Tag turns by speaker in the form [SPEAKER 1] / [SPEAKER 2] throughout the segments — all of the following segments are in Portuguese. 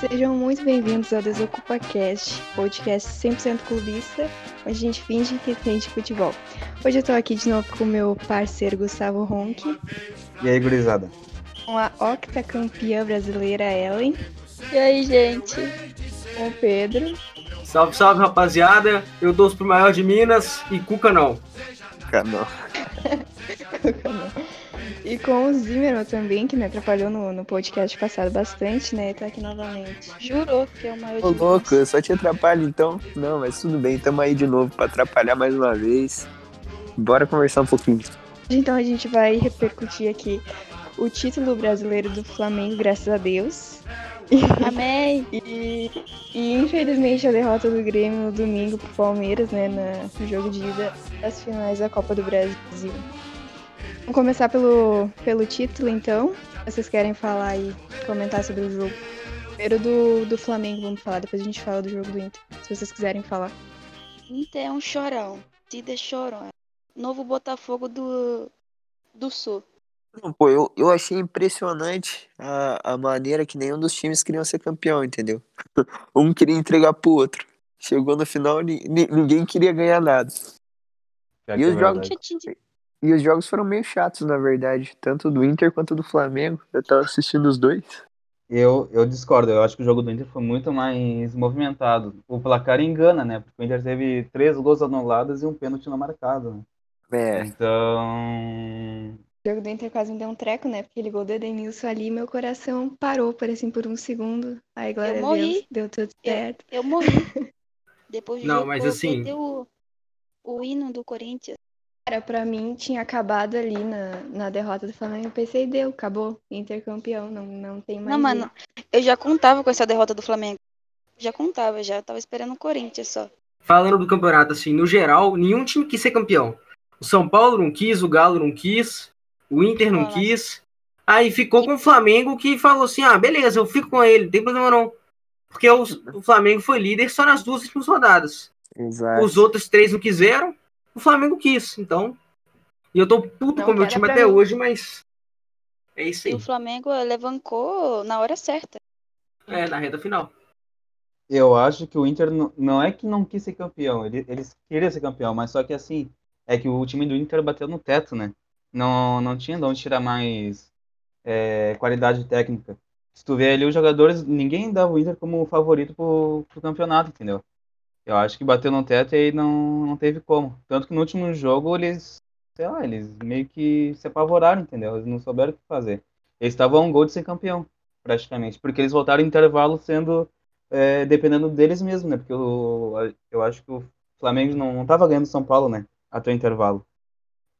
[SPEAKER 1] Sejam muito bem-vindos ao DesocupaCast, podcast 100% clubista, onde a gente finge que entende futebol. Hoje eu tô aqui de novo com o meu parceiro Gustavo Ronque,
[SPEAKER 2] E aí, gurizada?
[SPEAKER 1] com a octacampeã brasileira Ellen,
[SPEAKER 3] E aí, gente?
[SPEAKER 1] com o Pedro
[SPEAKER 4] Salve, salve, rapaziada. Eu torço pro maior de Minas e Cuca não.
[SPEAKER 2] Canal.
[SPEAKER 1] e com o Zimmerman também, que me atrapalhou no, no podcast passado bastante, né? E tá aqui novamente. Jurou que é o maior
[SPEAKER 2] Ô,
[SPEAKER 1] de
[SPEAKER 2] louco, eu só te atrapalho então. Não, mas tudo bem, tamo aí de novo pra atrapalhar mais uma vez. Bora conversar um pouquinho.
[SPEAKER 1] Então a gente vai repercutir aqui o título brasileiro do Flamengo, graças a Deus.
[SPEAKER 3] Amém!
[SPEAKER 1] E, e, infelizmente a derrota do Grêmio no domingo pro Palmeiras, né, na- no jogo de ida das finais da Copa do Brasil. Vamos começar pelo, pelo título, então. Vocês querem falar e comentar sobre o jogo? Primeiro do, do Flamengo, vamos falar, depois a gente fala do jogo do Inter, se vocês quiserem falar.
[SPEAKER 3] Inter é um chorão. Tida chorão. Novo Botafogo do, do Sul.
[SPEAKER 2] Não, pô, eu, eu achei impressionante a, a maneira que nenhum dos times queriam ser campeão, entendeu? Um queria entregar pro outro. Chegou no final, ni- ni- ninguém queria ganhar nada.
[SPEAKER 5] Pior
[SPEAKER 2] E
[SPEAKER 5] que
[SPEAKER 2] os
[SPEAKER 5] é
[SPEAKER 2] jogos-
[SPEAKER 5] verdade.
[SPEAKER 2] E os jogos foram meio chatos, na verdade. Tanto do Inter quanto do Flamengo. Eu tava assistindo os dois.
[SPEAKER 5] Eu, eu discordo, eu acho que o jogo do Inter foi muito mais movimentado. O placar engana, né? Porque o Inter teve três gols anulados e um pênalti não marcado. né?
[SPEAKER 2] É,
[SPEAKER 5] Então.
[SPEAKER 1] O jogo do Inter quase me deu um treco, né? Porque ele gol do Edenilson ali, meu coração parou, por assim, por um segundo. Aí, glória a
[SPEAKER 3] morri.
[SPEAKER 1] Deus, deu tudo
[SPEAKER 3] Eu-
[SPEAKER 1] certo.
[SPEAKER 3] Eu morri. Depois do
[SPEAKER 4] Não,
[SPEAKER 3] jogo,
[SPEAKER 4] mas
[SPEAKER 3] eu
[SPEAKER 4] assim-
[SPEAKER 3] cantei O, o hino do Corinthians.
[SPEAKER 1] Cara, pra mim tinha acabado ali na, na derrota do Flamengo. Eu pensei, deu, acabou. Intercampeão, não, não tem mais.
[SPEAKER 3] Não, mano, eu já contava com essa derrota do Flamengo. Já contava, já. Eu tava esperando o Corinthians só.
[SPEAKER 4] Falando do campeonato, assim, no geral, nenhum time quis ser campeão. O São Paulo não quis, o Galo não quis, o Inter não
[SPEAKER 1] É.
[SPEAKER 3] Ah.
[SPEAKER 4] quis. Aí ficou com o Flamengo que falou assim: ah, beleza, eu fico com ele, não tem problema não. Porque o, o Flamengo foi líder só nas duas últimas rodadas.
[SPEAKER 2] exato.
[SPEAKER 4] Os outros três não quiseram, o Flamengo quis. Então. E eu tô puto
[SPEAKER 1] Não
[SPEAKER 4] com o meu
[SPEAKER 1] quero
[SPEAKER 4] time
[SPEAKER 1] pra
[SPEAKER 4] até
[SPEAKER 1] mim.
[SPEAKER 4] hoje, mas. É isso
[SPEAKER 3] E
[SPEAKER 4] aí.
[SPEAKER 3] o Flamengo levancou na hora certa.
[SPEAKER 4] É, na reta final.
[SPEAKER 5] Eu acho que o Inter não, não é que não quis ser campeão, ele, eles queriam ser campeão, mas só que assim, é que o time do Inter bateu no teto, né? Não, não tinha de onde tirar mais é, qualidade técnica. Se tu vê ali os jogadores, ninguém dava o Inter como favorito pro, pro campeonato, entendeu? Eu acho que bateu no teto e aí não, não teve como. Tanto que no último jogo eles, sei lá, eles meio que se apavoraram, entendeu? Eles não souberam o que fazer. Eles estavam a um gol de ser campeão, praticamente, porque eles voltaram em intervalo sendo é, dependendo deles mesmo, né? Porque eu, eu acho que o Flamengo não, não tava ganhando o São Paulo, né? Até o intervalo.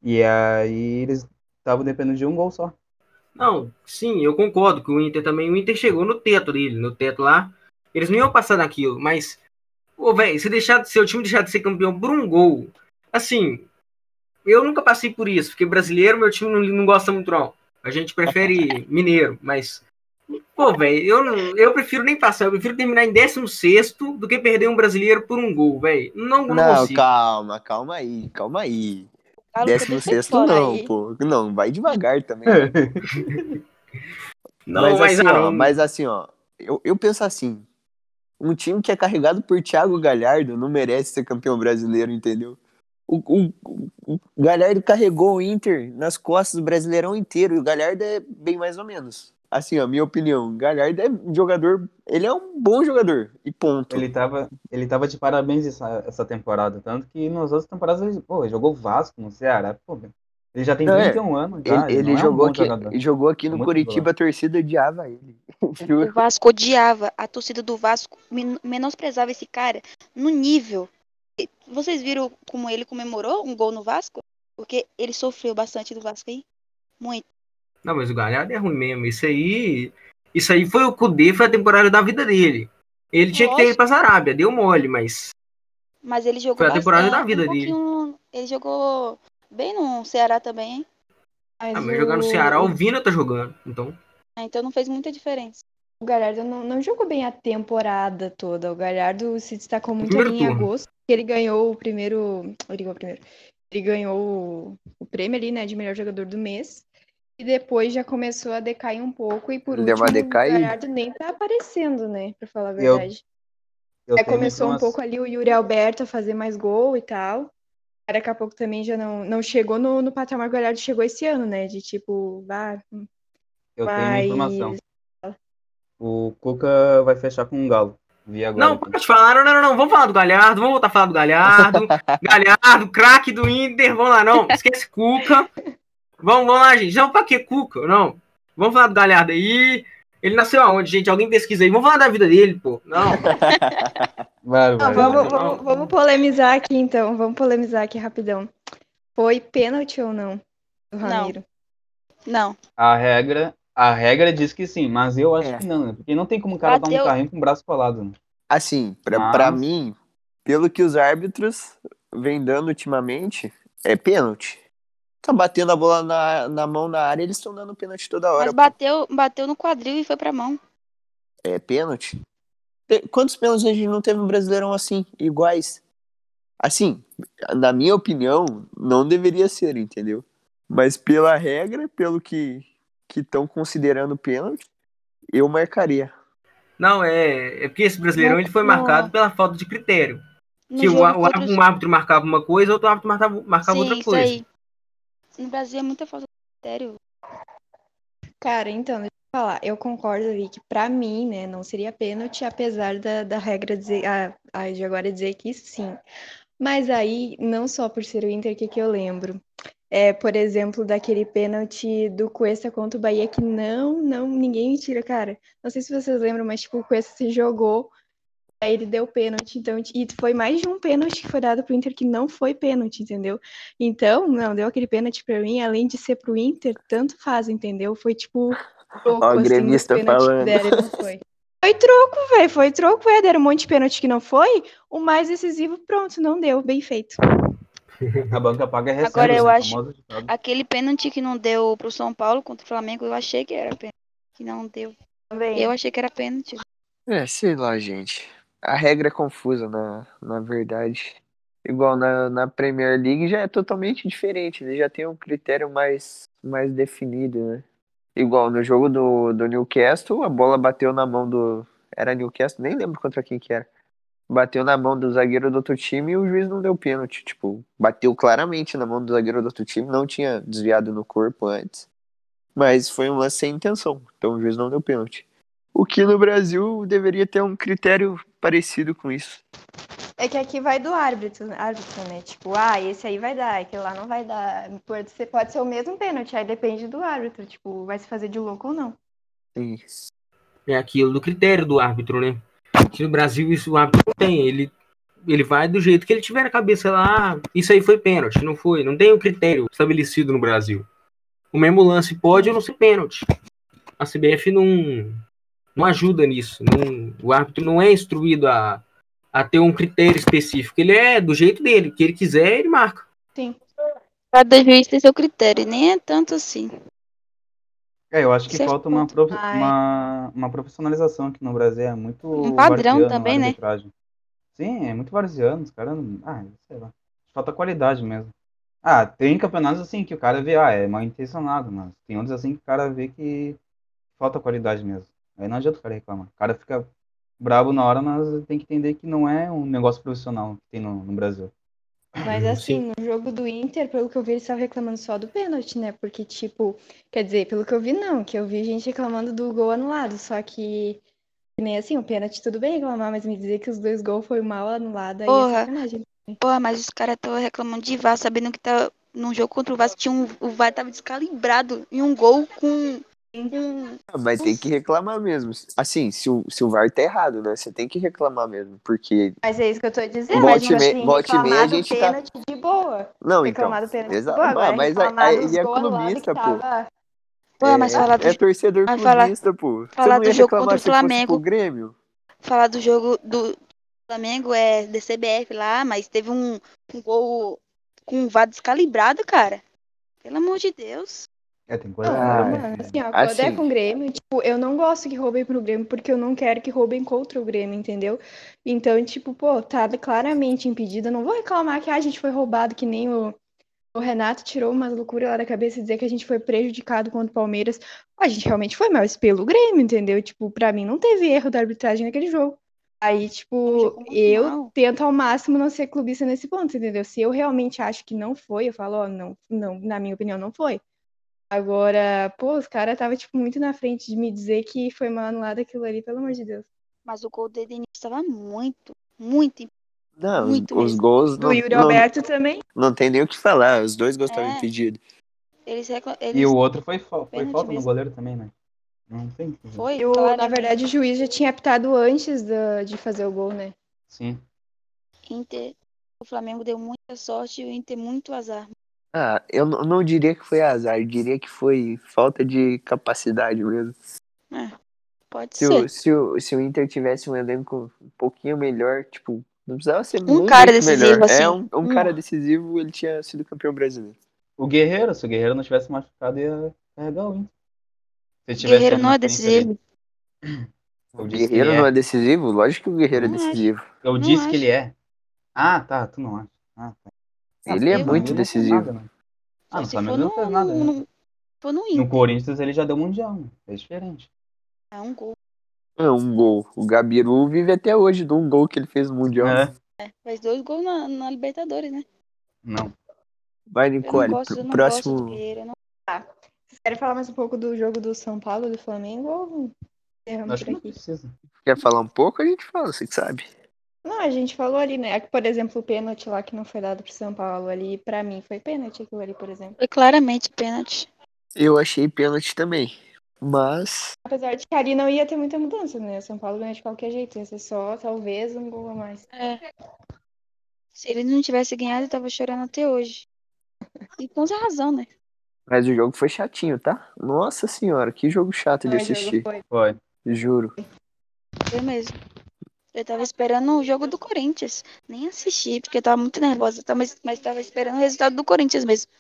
[SPEAKER 5] E aí eles estavam dependendo de um gol só.
[SPEAKER 4] Não, sim, eu concordo que o Inter também. O Inter chegou no teto dele, no teto lá. Eles não iam passar naquilo, mas. Ô, velho, se, deixar, se o time deixar de ser campeão por um gol. Assim, eu nunca passei por isso, porque brasileiro meu time não, não gosta muito, não. A gente prefere mineiro, mas. Pô, velho, eu, não- eu prefiro nem passar, eu prefiro terminar em 16 do que perder um brasileiro por um gol, velho. Não, não,
[SPEAKER 2] Não,
[SPEAKER 4] consigo.
[SPEAKER 2] calma, calma aí, calma aí.
[SPEAKER 3] O Galo
[SPEAKER 2] Décimo
[SPEAKER 3] poderia ter
[SPEAKER 2] sexto
[SPEAKER 3] fora
[SPEAKER 2] não,
[SPEAKER 3] aí.
[SPEAKER 2] pô. Não, vai devagar também.
[SPEAKER 5] É,
[SPEAKER 4] Não,
[SPEAKER 2] mas, assim,
[SPEAKER 4] ah,
[SPEAKER 2] ó,
[SPEAKER 4] não-
[SPEAKER 2] mas assim, ó, eu, eu penso assim. Um time que é carregado por Thiago Galhardo não merece ser campeão brasileiro, entendeu? O, o- o- o Galhardo carregou o Inter nas costas do Brasileirão inteiro, e o Galhardo é bem mais ou menos. Assim, ó, minha opinião, o Galhardo é um jogador, ele é um bom jogador, e ponto.
[SPEAKER 5] Ele tava, ele tava de parabéns essa, essa temporada. Tanto que nas outras temporadas ele, pô, ele jogou Vasco no Ceará. Pô, velho, ele já tem
[SPEAKER 2] Não, é.
[SPEAKER 5] 31 anos
[SPEAKER 2] Ele,
[SPEAKER 5] já.
[SPEAKER 2] ele
[SPEAKER 5] não é um
[SPEAKER 2] jogou,
[SPEAKER 5] bom
[SPEAKER 2] aqui,
[SPEAKER 5] jogador. É
[SPEAKER 2] ele jogou aqui no
[SPEAKER 5] Muito
[SPEAKER 2] Curitiba,
[SPEAKER 5] jogador.
[SPEAKER 2] a torcida odiava ele.
[SPEAKER 3] O Vasco odiava, a torcida do Vasco men- menosprezava esse cara no nível. E Vocês viram como ele comemorou um gol no Vasco? Porque ele sofreu bastante do Vasco, hein? Muito.
[SPEAKER 4] Não, mas o Galhardo é ruim mesmo. Isso aí. Isso aí foi o Kudê, foi a temporada da vida dele. Ele tinha que ter ido pra Arábia, deu mole, mas.
[SPEAKER 3] Mas ele jogou
[SPEAKER 4] Foi a temporada
[SPEAKER 3] bastante,
[SPEAKER 4] da vida
[SPEAKER 3] um
[SPEAKER 4] dele.
[SPEAKER 3] pouquinho- Ele jogou bem no Ceará também, hein?
[SPEAKER 4] Ah, mas jogar no Ceará, o Vina tá jogando. Então.
[SPEAKER 3] Ah, Então não fez muita diferença.
[SPEAKER 1] O Galhardo não, não jogou bem a temporada toda. O Galhardo se destacou muito
[SPEAKER 4] Primeiro
[SPEAKER 1] ali em
[SPEAKER 4] turno.
[SPEAKER 1] agosto, que ele ganhou o primeiro. Ele ganhou o primeiro. Ele ganhou o, o prêmio ali, né, de melhor jogador do mês. E depois já começou a decair um pouco. E por
[SPEAKER 2] Deu uma
[SPEAKER 1] último, o
[SPEAKER 2] decaída.
[SPEAKER 1] Galhardo nem tá aparecendo, né? Pra falar a
[SPEAKER 5] Eu-
[SPEAKER 1] verdade.
[SPEAKER 5] Eu
[SPEAKER 1] Aí
[SPEAKER 5] tenho
[SPEAKER 1] começou um
[SPEAKER 5] umas-
[SPEAKER 1] pouco ali o Yuri Alberto a fazer mais gol e tal. Aí Daqui a pouco também já não, não chegou no, no patamar que o Galhardo chegou esse ano, né? De tipo, vá,
[SPEAKER 5] Eu tenho uma
[SPEAKER 1] Mas-
[SPEAKER 5] informação. O Cuca vai fechar com o Galo. Vi agora.
[SPEAKER 4] Não, pode falar, não, não, não, não, vamos falar do Galhardo, vamos voltar a falar do Galhardo. Galhardo, craque do Inter, vamos lá, não, esquece Cuca. Vamos, vamos lá, gente. Não, pra que Cuca? Não. Vamos falar do Galhardo aí. Ele nasceu aonde, gente? Alguém pesquisa aí. Vamos falar da vida dele, pô. Não.
[SPEAKER 5] Vai, vai.
[SPEAKER 1] Não, Ah, vamos,
[SPEAKER 4] não.
[SPEAKER 1] vamos, vamos polemizar aqui então, vamos polemizar aqui rapidão. Foi pênalti ou não do
[SPEAKER 3] Não.
[SPEAKER 1] Ramiro?
[SPEAKER 3] Não.
[SPEAKER 5] A regra, a regra diz que sim, mas eu acho
[SPEAKER 2] É.
[SPEAKER 5] que não, né? Porque não tem como o cara dar um
[SPEAKER 3] Bateu.
[SPEAKER 5] carrinho com o braço colado. né?
[SPEAKER 2] Assim, pra,
[SPEAKER 5] Mas-
[SPEAKER 2] pra mim, pelo que os árbitros vêm dando ultimamente, é pênalti. Tá batendo a bola na, na mão na área, eles estão dando pênalti toda hora.
[SPEAKER 3] Mas bateu, bateu no quadril e foi pra mão.
[SPEAKER 2] É pênalti? Te- Quantos pênaltis a gente não teve no Brasileirão assim, iguais? Assim, na minha opinião, não deveria ser, entendeu? Mas pela regra, pelo que que estão considerando pênalti, eu marcaria.
[SPEAKER 4] Não, é, é porque esse brasileirão ele foi
[SPEAKER 3] Não.
[SPEAKER 4] marcado pela falta de critério.
[SPEAKER 3] No
[SPEAKER 4] que o,
[SPEAKER 3] jogo
[SPEAKER 4] á- o
[SPEAKER 3] contra
[SPEAKER 4] árbitro,
[SPEAKER 3] os-
[SPEAKER 4] um árbitro marcava uma coisa, outro árbitro marcava, marcava
[SPEAKER 3] Sim,
[SPEAKER 4] outra
[SPEAKER 3] isso
[SPEAKER 4] coisa.
[SPEAKER 3] aí. No Brasil é muita falta de critério.
[SPEAKER 1] Cara, então, deixa eu falar. Eu concordo ali que pra mim, né, não seria pênalti, apesar da, da regra dizer, a, a de agora dizer que sim. Mas aí, não só por ser o Inter, o que, que eu lembro? É, por exemplo, daquele pênalti do Cuesta contra o Bahia que não, não, ninguém me tira, cara. Não sei se vocês lembram, mas tipo, o Cuesta se jogou, aí ele deu pênalti, então, e foi mais de um pênalti que foi dado pro Inter que não foi pênalti, entendeu? Então, não, deu aquele pênalti pra mim, além de ser pro Inter, tanto faz, entendeu? Foi tipo. Troco,
[SPEAKER 2] Ó, o
[SPEAKER 1] assim, os
[SPEAKER 2] gremista
[SPEAKER 1] pênaltis que
[SPEAKER 2] falando.
[SPEAKER 1] deram, não foi. Foi troco, velho, foi troco, é, deram um monte de pênalti que não foi, o mais decisivo, pronto, não deu, bem feito.
[SPEAKER 5] A banca paga recebe.
[SPEAKER 3] Agora eu
[SPEAKER 5] né? O
[SPEAKER 3] acho-
[SPEAKER 5] famoso ditado.
[SPEAKER 3] Aquele pênalti que não deu pro São Paulo contra o Flamengo, eu achei que era pênalti. Que não deu.
[SPEAKER 1] Também.
[SPEAKER 3] Eu achei que era pênalti.
[SPEAKER 2] É, sei lá, gente. A regra é confusa, na, na verdade. Igual na, na Premier League já é totalmente diferente, né? Já tem um critério mais, mais definido, né? Igual no jogo do, do Newcastle, a bola bateu na mão do. Era Newcastle, nem lembro contra quem que era. Bateu na mão do zagueiro do outro time e o juiz não deu pênalti. Tipo, bateu claramente na mão do zagueiro do outro time, não tinha desviado no corpo antes. Mas foi um lance sem intenção, então o juiz não deu pênalti. O que no Brasil deveria ter um critério parecido com isso.
[SPEAKER 1] É que aqui vai do árbitro, árbitro, né? Tipo, ah, esse aí vai dar, aquele lá não vai dar. Pode ser, pode ser o mesmo pênalti, aí depende do árbitro, tipo, vai se fazer de louco ou não.
[SPEAKER 2] Sim.
[SPEAKER 4] É aquilo do critério do árbitro, né? Que no Brasil isso o árbitro não tem. Ele, ele vai do jeito que ele tiver na cabeça lá. "Ah, Isso aí foi pênalti, não foi. Não tem o critério estabelecido no Brasil. O mesmo lance pode ou não ser pênalti. A CBF não, não ajuda nisso. não- o árbitro não é instruído a, a ter um critério específico. Ele é do jeito dele. O que ele quiser, ele marca.
[SPEAKER 3] Cada juiz tem seu critério, e nem é tanto assim.
[SPEAKER 5] É, eu acho que
[SPEAKER 3] Certo
[SPEAKER 5] falta uma,
[SPEAKER 3] ponto.
[SPEAKER 5] prof-
[SPEAKER 1] Ai.
[SPEAKER 5] uma, uma profissionalização aqui no Brasil. É muito.
[SPEAKER 3] Um padrão
[SPEAKER 5] varziano a
[SPEAKER 3] também, né?
[SPEAKER 5] arbitragem. Sim, é muito varziano. Os caras. não- Ah, sei lá. Falta qualidade mesmo. Ah, tem campeonatos assim que o cara vê, ah, é mal intencionado, mas tem outros assim que o cara vê que falta qualidade mesmo. Aí não adianta o cara reclamar. O cara fica brabo na hora, mas tem que entender que não é um negócio profissional que tem no, no Brasil.
[SPEAKER 1] Mas
[SPEAKER 2] Uhum,
[SPEAKER 4] Hum,
[SPEAKER 1] assim, no jogo do Inter, pelo que eu vi, eles estavam reclamando só do pênalti, né? Porque, tipo, quer dizer, pelo que eu vi, não, que eu vi gente reclamando do gol anulado, só que, que nem assim, o pênalti tudo bem reclamar, mas me dizer que os dois gols foi mal anulado, aí
[SPEAKER 3] Porra.
[SPEAKER 1] é sacanagem.
[SPEAKER 3] Porra, mas os caras estão reclamando de VAR, sabendo que tá num jogo contra o Vasco, tinha um, o VAR tava descalibrado em um gol com. um- com-
[SPEAKER 2] Ah, Mas tem que reclamar mesmo. Assim, se o, se o VAR tá errado, né? Você tem que reclamar mesmo. Porque.
[SPEAKER 1] Mas é isso que eu tô dizendo,
[SPEAKER 2] Volte
[SPEAKER 1] mas, tipo
[SPEAKER 2] e meia-
[SPEAKER 1] assim,
[SPEAKER 2] volte e meia, a
[SPEAKER 1] reclamar do
[SPEAKER 2] gente tá-
[SPEAKER 1] pênalti de boa.
[SPEAKER 2] Não, então.
[SPEAKER 1] Reclamar do pênalti de
[SPEAKER 2] Exato.
[SPEAKER 1] boa, agora
[SPEAKER 2] Ah, mas aí-
[SPEAKER 1] né? reclamar
[SPEAKER 2] aí
[SPEAKER 1] dos
[SPEAKER 2] ele é
[SPEAKER 1] gols anulados que
[SPEAKER 2] clubista, pô.
[SPEAKER 1] tava...
[SPEAKER 3] Porra, mas
[SPEAKER 2] é,
[SPEAKER 3] falar do,
[SPEAKER 2] é torcedor
[SPEAKER 3] mas falar-
[SPEAKER 2] clubista, pô. Você
[SPEAKER 3] falar
[SPEAKER 2] não
[SPEAKER 3] do
[SPEAKER 2] ia
[SPEAKER 3] jogo
[SPEAKER 2] reclamar
[SPEAKER 3] contra o
[SPEAKER 2] se fosse
[SPEAKER 3] Flamengo.
[SPEAKER 2] pro Grêmio?
[SPEAKER 3] falar do jogo do Flamengo é DCBF lá, mas teve um, um gol com um VAR descalibrado, cara. Pelo amor de Deus.
[SPEAKER 5] É, tem coisa.
[SPEAKER 1] Ah,
[SPEAKER 2] Ah,
[SPEAKER 1] mano, assim, ó,
[SPEAKER 2] assim.
[SPEAKER 1] quando é com o Grêmio, tipo, eu não gosto que roubem pro Grêmio, porque eu não quero que roubem contra o Grêmio, entendeu? Então, tipo, pô, tá claramente impedido. Eu não vou reclamar que ah, a gente foi roubado, que nem o, o Renato tirou umas loucuras lá da cabeça e dizer que a gente foi prejudicado contra o Palmeiras. A gente realmente foi, mas pelo Grêmio, entendeu? Tipo, pra mim não teve erro da arbitragem naquele jogo. Aí, tipo,
[SPEAKER 3] Jogou muito
[SPEAKER 1] eu
[SPEAKER 3] mal.
[SPEAKER 1] tento ao máximo não ser clubista nesse ponto, entendeu? Se eu realmente acho que não foi, eu falo, ó, não, não, na minha opinião, não foi. Agora, pô, os caras tava, tipo, muito na frente de me dizer que foi mal anulado aquilo ali, pelo amor de Deus.
[SPEAKER 3] Mas o gol do Denis estava muito, muito. imp-
[SPEAKER 2] Não,
[SPEAKER 3] Muito
[SPEAKER 2] os
[SPEAKER 3] mesmo.
[SPEAKER 2] gols
[SPEAKER 1] Do
[SPEAKER 2] não,
[SPEAKER 1] Yuri
[SPEAKER 2] não,
[SPEAKER 1] Alberto também.
[SPEAKER 2] não tem nem o que falar. Os dois gols estavam
[SPEAKER 3] É.
[SPEAKER 2] impedidos.
[SPEAKER 3] Eles, recla-
[SPEAKER 5] E
[SPEAKER 3] eles
[SPEAKER 5] o outro foi, fal- foi
[SPEAKER 3] Pênalti
[SPEAKER 5] falta no
[SPEAKER 3] mesmo.
[SPEAKER 5] goleiro também, né? Não tem. o que dizer.
[SPEAKER 3] foi,
[SPEAKER 1] Eu,
[SPEAKER 3] claro,
[SPEAKER 1] na verdade, o juiz já tinha apitado antes da- de fazer o gol, né?
[SPEAKER 5] Sim.
[SPEAKER 3] Inter, o Flamengo deu muita sorte e o Inter muito azar.
[SPEAKER 2] Ah, eu n- não diria que foi azar, eu diria que foi falta de capacidade mesmo.
[SPEAKER 3] Pode
[SPEAKER 2] Se
[SPEAKER 3] ser.
[SPEAKER 2] o, se, o, se o Inter tivesse um elenco um pouquinho melhor, tipo, não precisava ser muito
[SPEAKER 3] Um cara
[SPEAKER 2] muito
[SPEAKER 3] decisivo,
[SPEAKER 2] melhor.
[SPEAKER 3] assim.
[SPEAKER 2] É, um, um cara decisivo, ele tinha sido campeão brasileiro.
[SPEAKER 5] O Guerreiro, se o Guerreiro não tivesse machucado, ia carregar o Inter. Se tivesse
[SPEAKER 3] Guerreiro não
[SPEAKER 5] na
[SPEAKER 3] é
[SPEAKER 5] frente ali.
[SPEAKER 3] decisivo.
[SPEAKER 5] Eu
[SPEAKER 2] O
[SPEAKER 5] disse que
[SPEAKER 2] Guerreiro
[SPEAKER 5] ele
[SPEAKER 2] não
[SPEAKER 5] é.
[SPEAKER 2] é decisivo? Lógico que o Guerreiro é
[SPEAKER 3] Não acho.
[SPEAKER 2] decisivo.
[SPEAKER 5] Eu
[SPEAKER 3] Não
[SPEAKER 5] disse
[SPEAKER 3] acho.
[SPEAKER 5] que ele é. Ah, tá, tu não acha. Ah, tá. Ah,
[SPEAKER 2] Ele é
[SPEAKER 5] no Flamengo
[SPEAKER 2] muito
[SPEAKER 5] não fez
[SPEAKER 2] decisivo.
[SPEAKER 5] nada, né? Ah, no
[SPEAKER 3] Se for
[SPEAKER 5] Flamengo não
[SPEAKER 3] no,
[SPEAKER 5] fez nada. né?
[SPEAKER 3] no, no, for no
[SPEAKER 5] No
[SPEAKER 3] Inter,
[SPEAKER 5] Corinthians ele já deu mundial, né? É diferente.
[SPEAKER 3] é um gol.
[SPEAKER 2] É um gol. O Gabiru vive até hoje de um gol que ele fez no Mundial.
[SPEAKER 5] É.
[SPEAKER 3] Faz dois gols na, na Libertadores, né?
[SPEAKER 5] Não.
[SPEAKER 2] Vai,
[SPEAKER 3] Eu não
[SPEAKER 2] Nicole.
[SPEAKER 3] gosto,
[SPEAKER 2] pr-
[SPEAKER 3] eu não
[SPEAKER 2] próximo.
[SPEAKER 3] gosto do Guerreiro. eu não-
[SPEAKER 1] Vocês querem falar mais um pouco do jogo do São Paulo, do Flamengo, ou encerramos
[SPEAKER 5] Acho que
[SPEAKER 1] por
[SPEAKER 5] não
[SPEAKER 1] aqui?
[SPEAKER 5] precisa.
[SPEAKER 2] Quer falar um pouco? A gente fala, você que sabe.
[SPEAKER 1] Não, a gente falou ali, né? que, Por exemplo, o pênalti lá que não foi dado pro São Paulo ali, pra mim foi pênalti aquilo ali, por exemplo.
[SPEAKER 3] Foi claramente pênalti.
[SPEAKER 2] Eu achei pênalti também. Mas.
[SPEAKER 1] Apesar de que ali não ia ter muita mudança, né? O São Paulo ganha de qualquer jeito, ia ser só talvez um gol a mais.
[SPEAKER 3] Se ele não tivesse ganhado, eu tava chorando até hoje. E com toda razão, né?
[SPEAKER 2] Mas o jogo foi chatinho, tá? Nossa senhora, que jogo chato de
[SPEAKER 1] Não, o jogo
[SPEAKER 2] assistir.
[SPEAKER 1] foi.
[SPEAKER 5] Foi.
[SPEAKER 2] Juro.
[SPEAKER 3] Foi mesmo. Eu tava esperando o jogo do Corinthians. Nem assisti, porque eu tava muito nervosa. tá? Mas, mas tava esperando o resultado do Corinthians mesmo.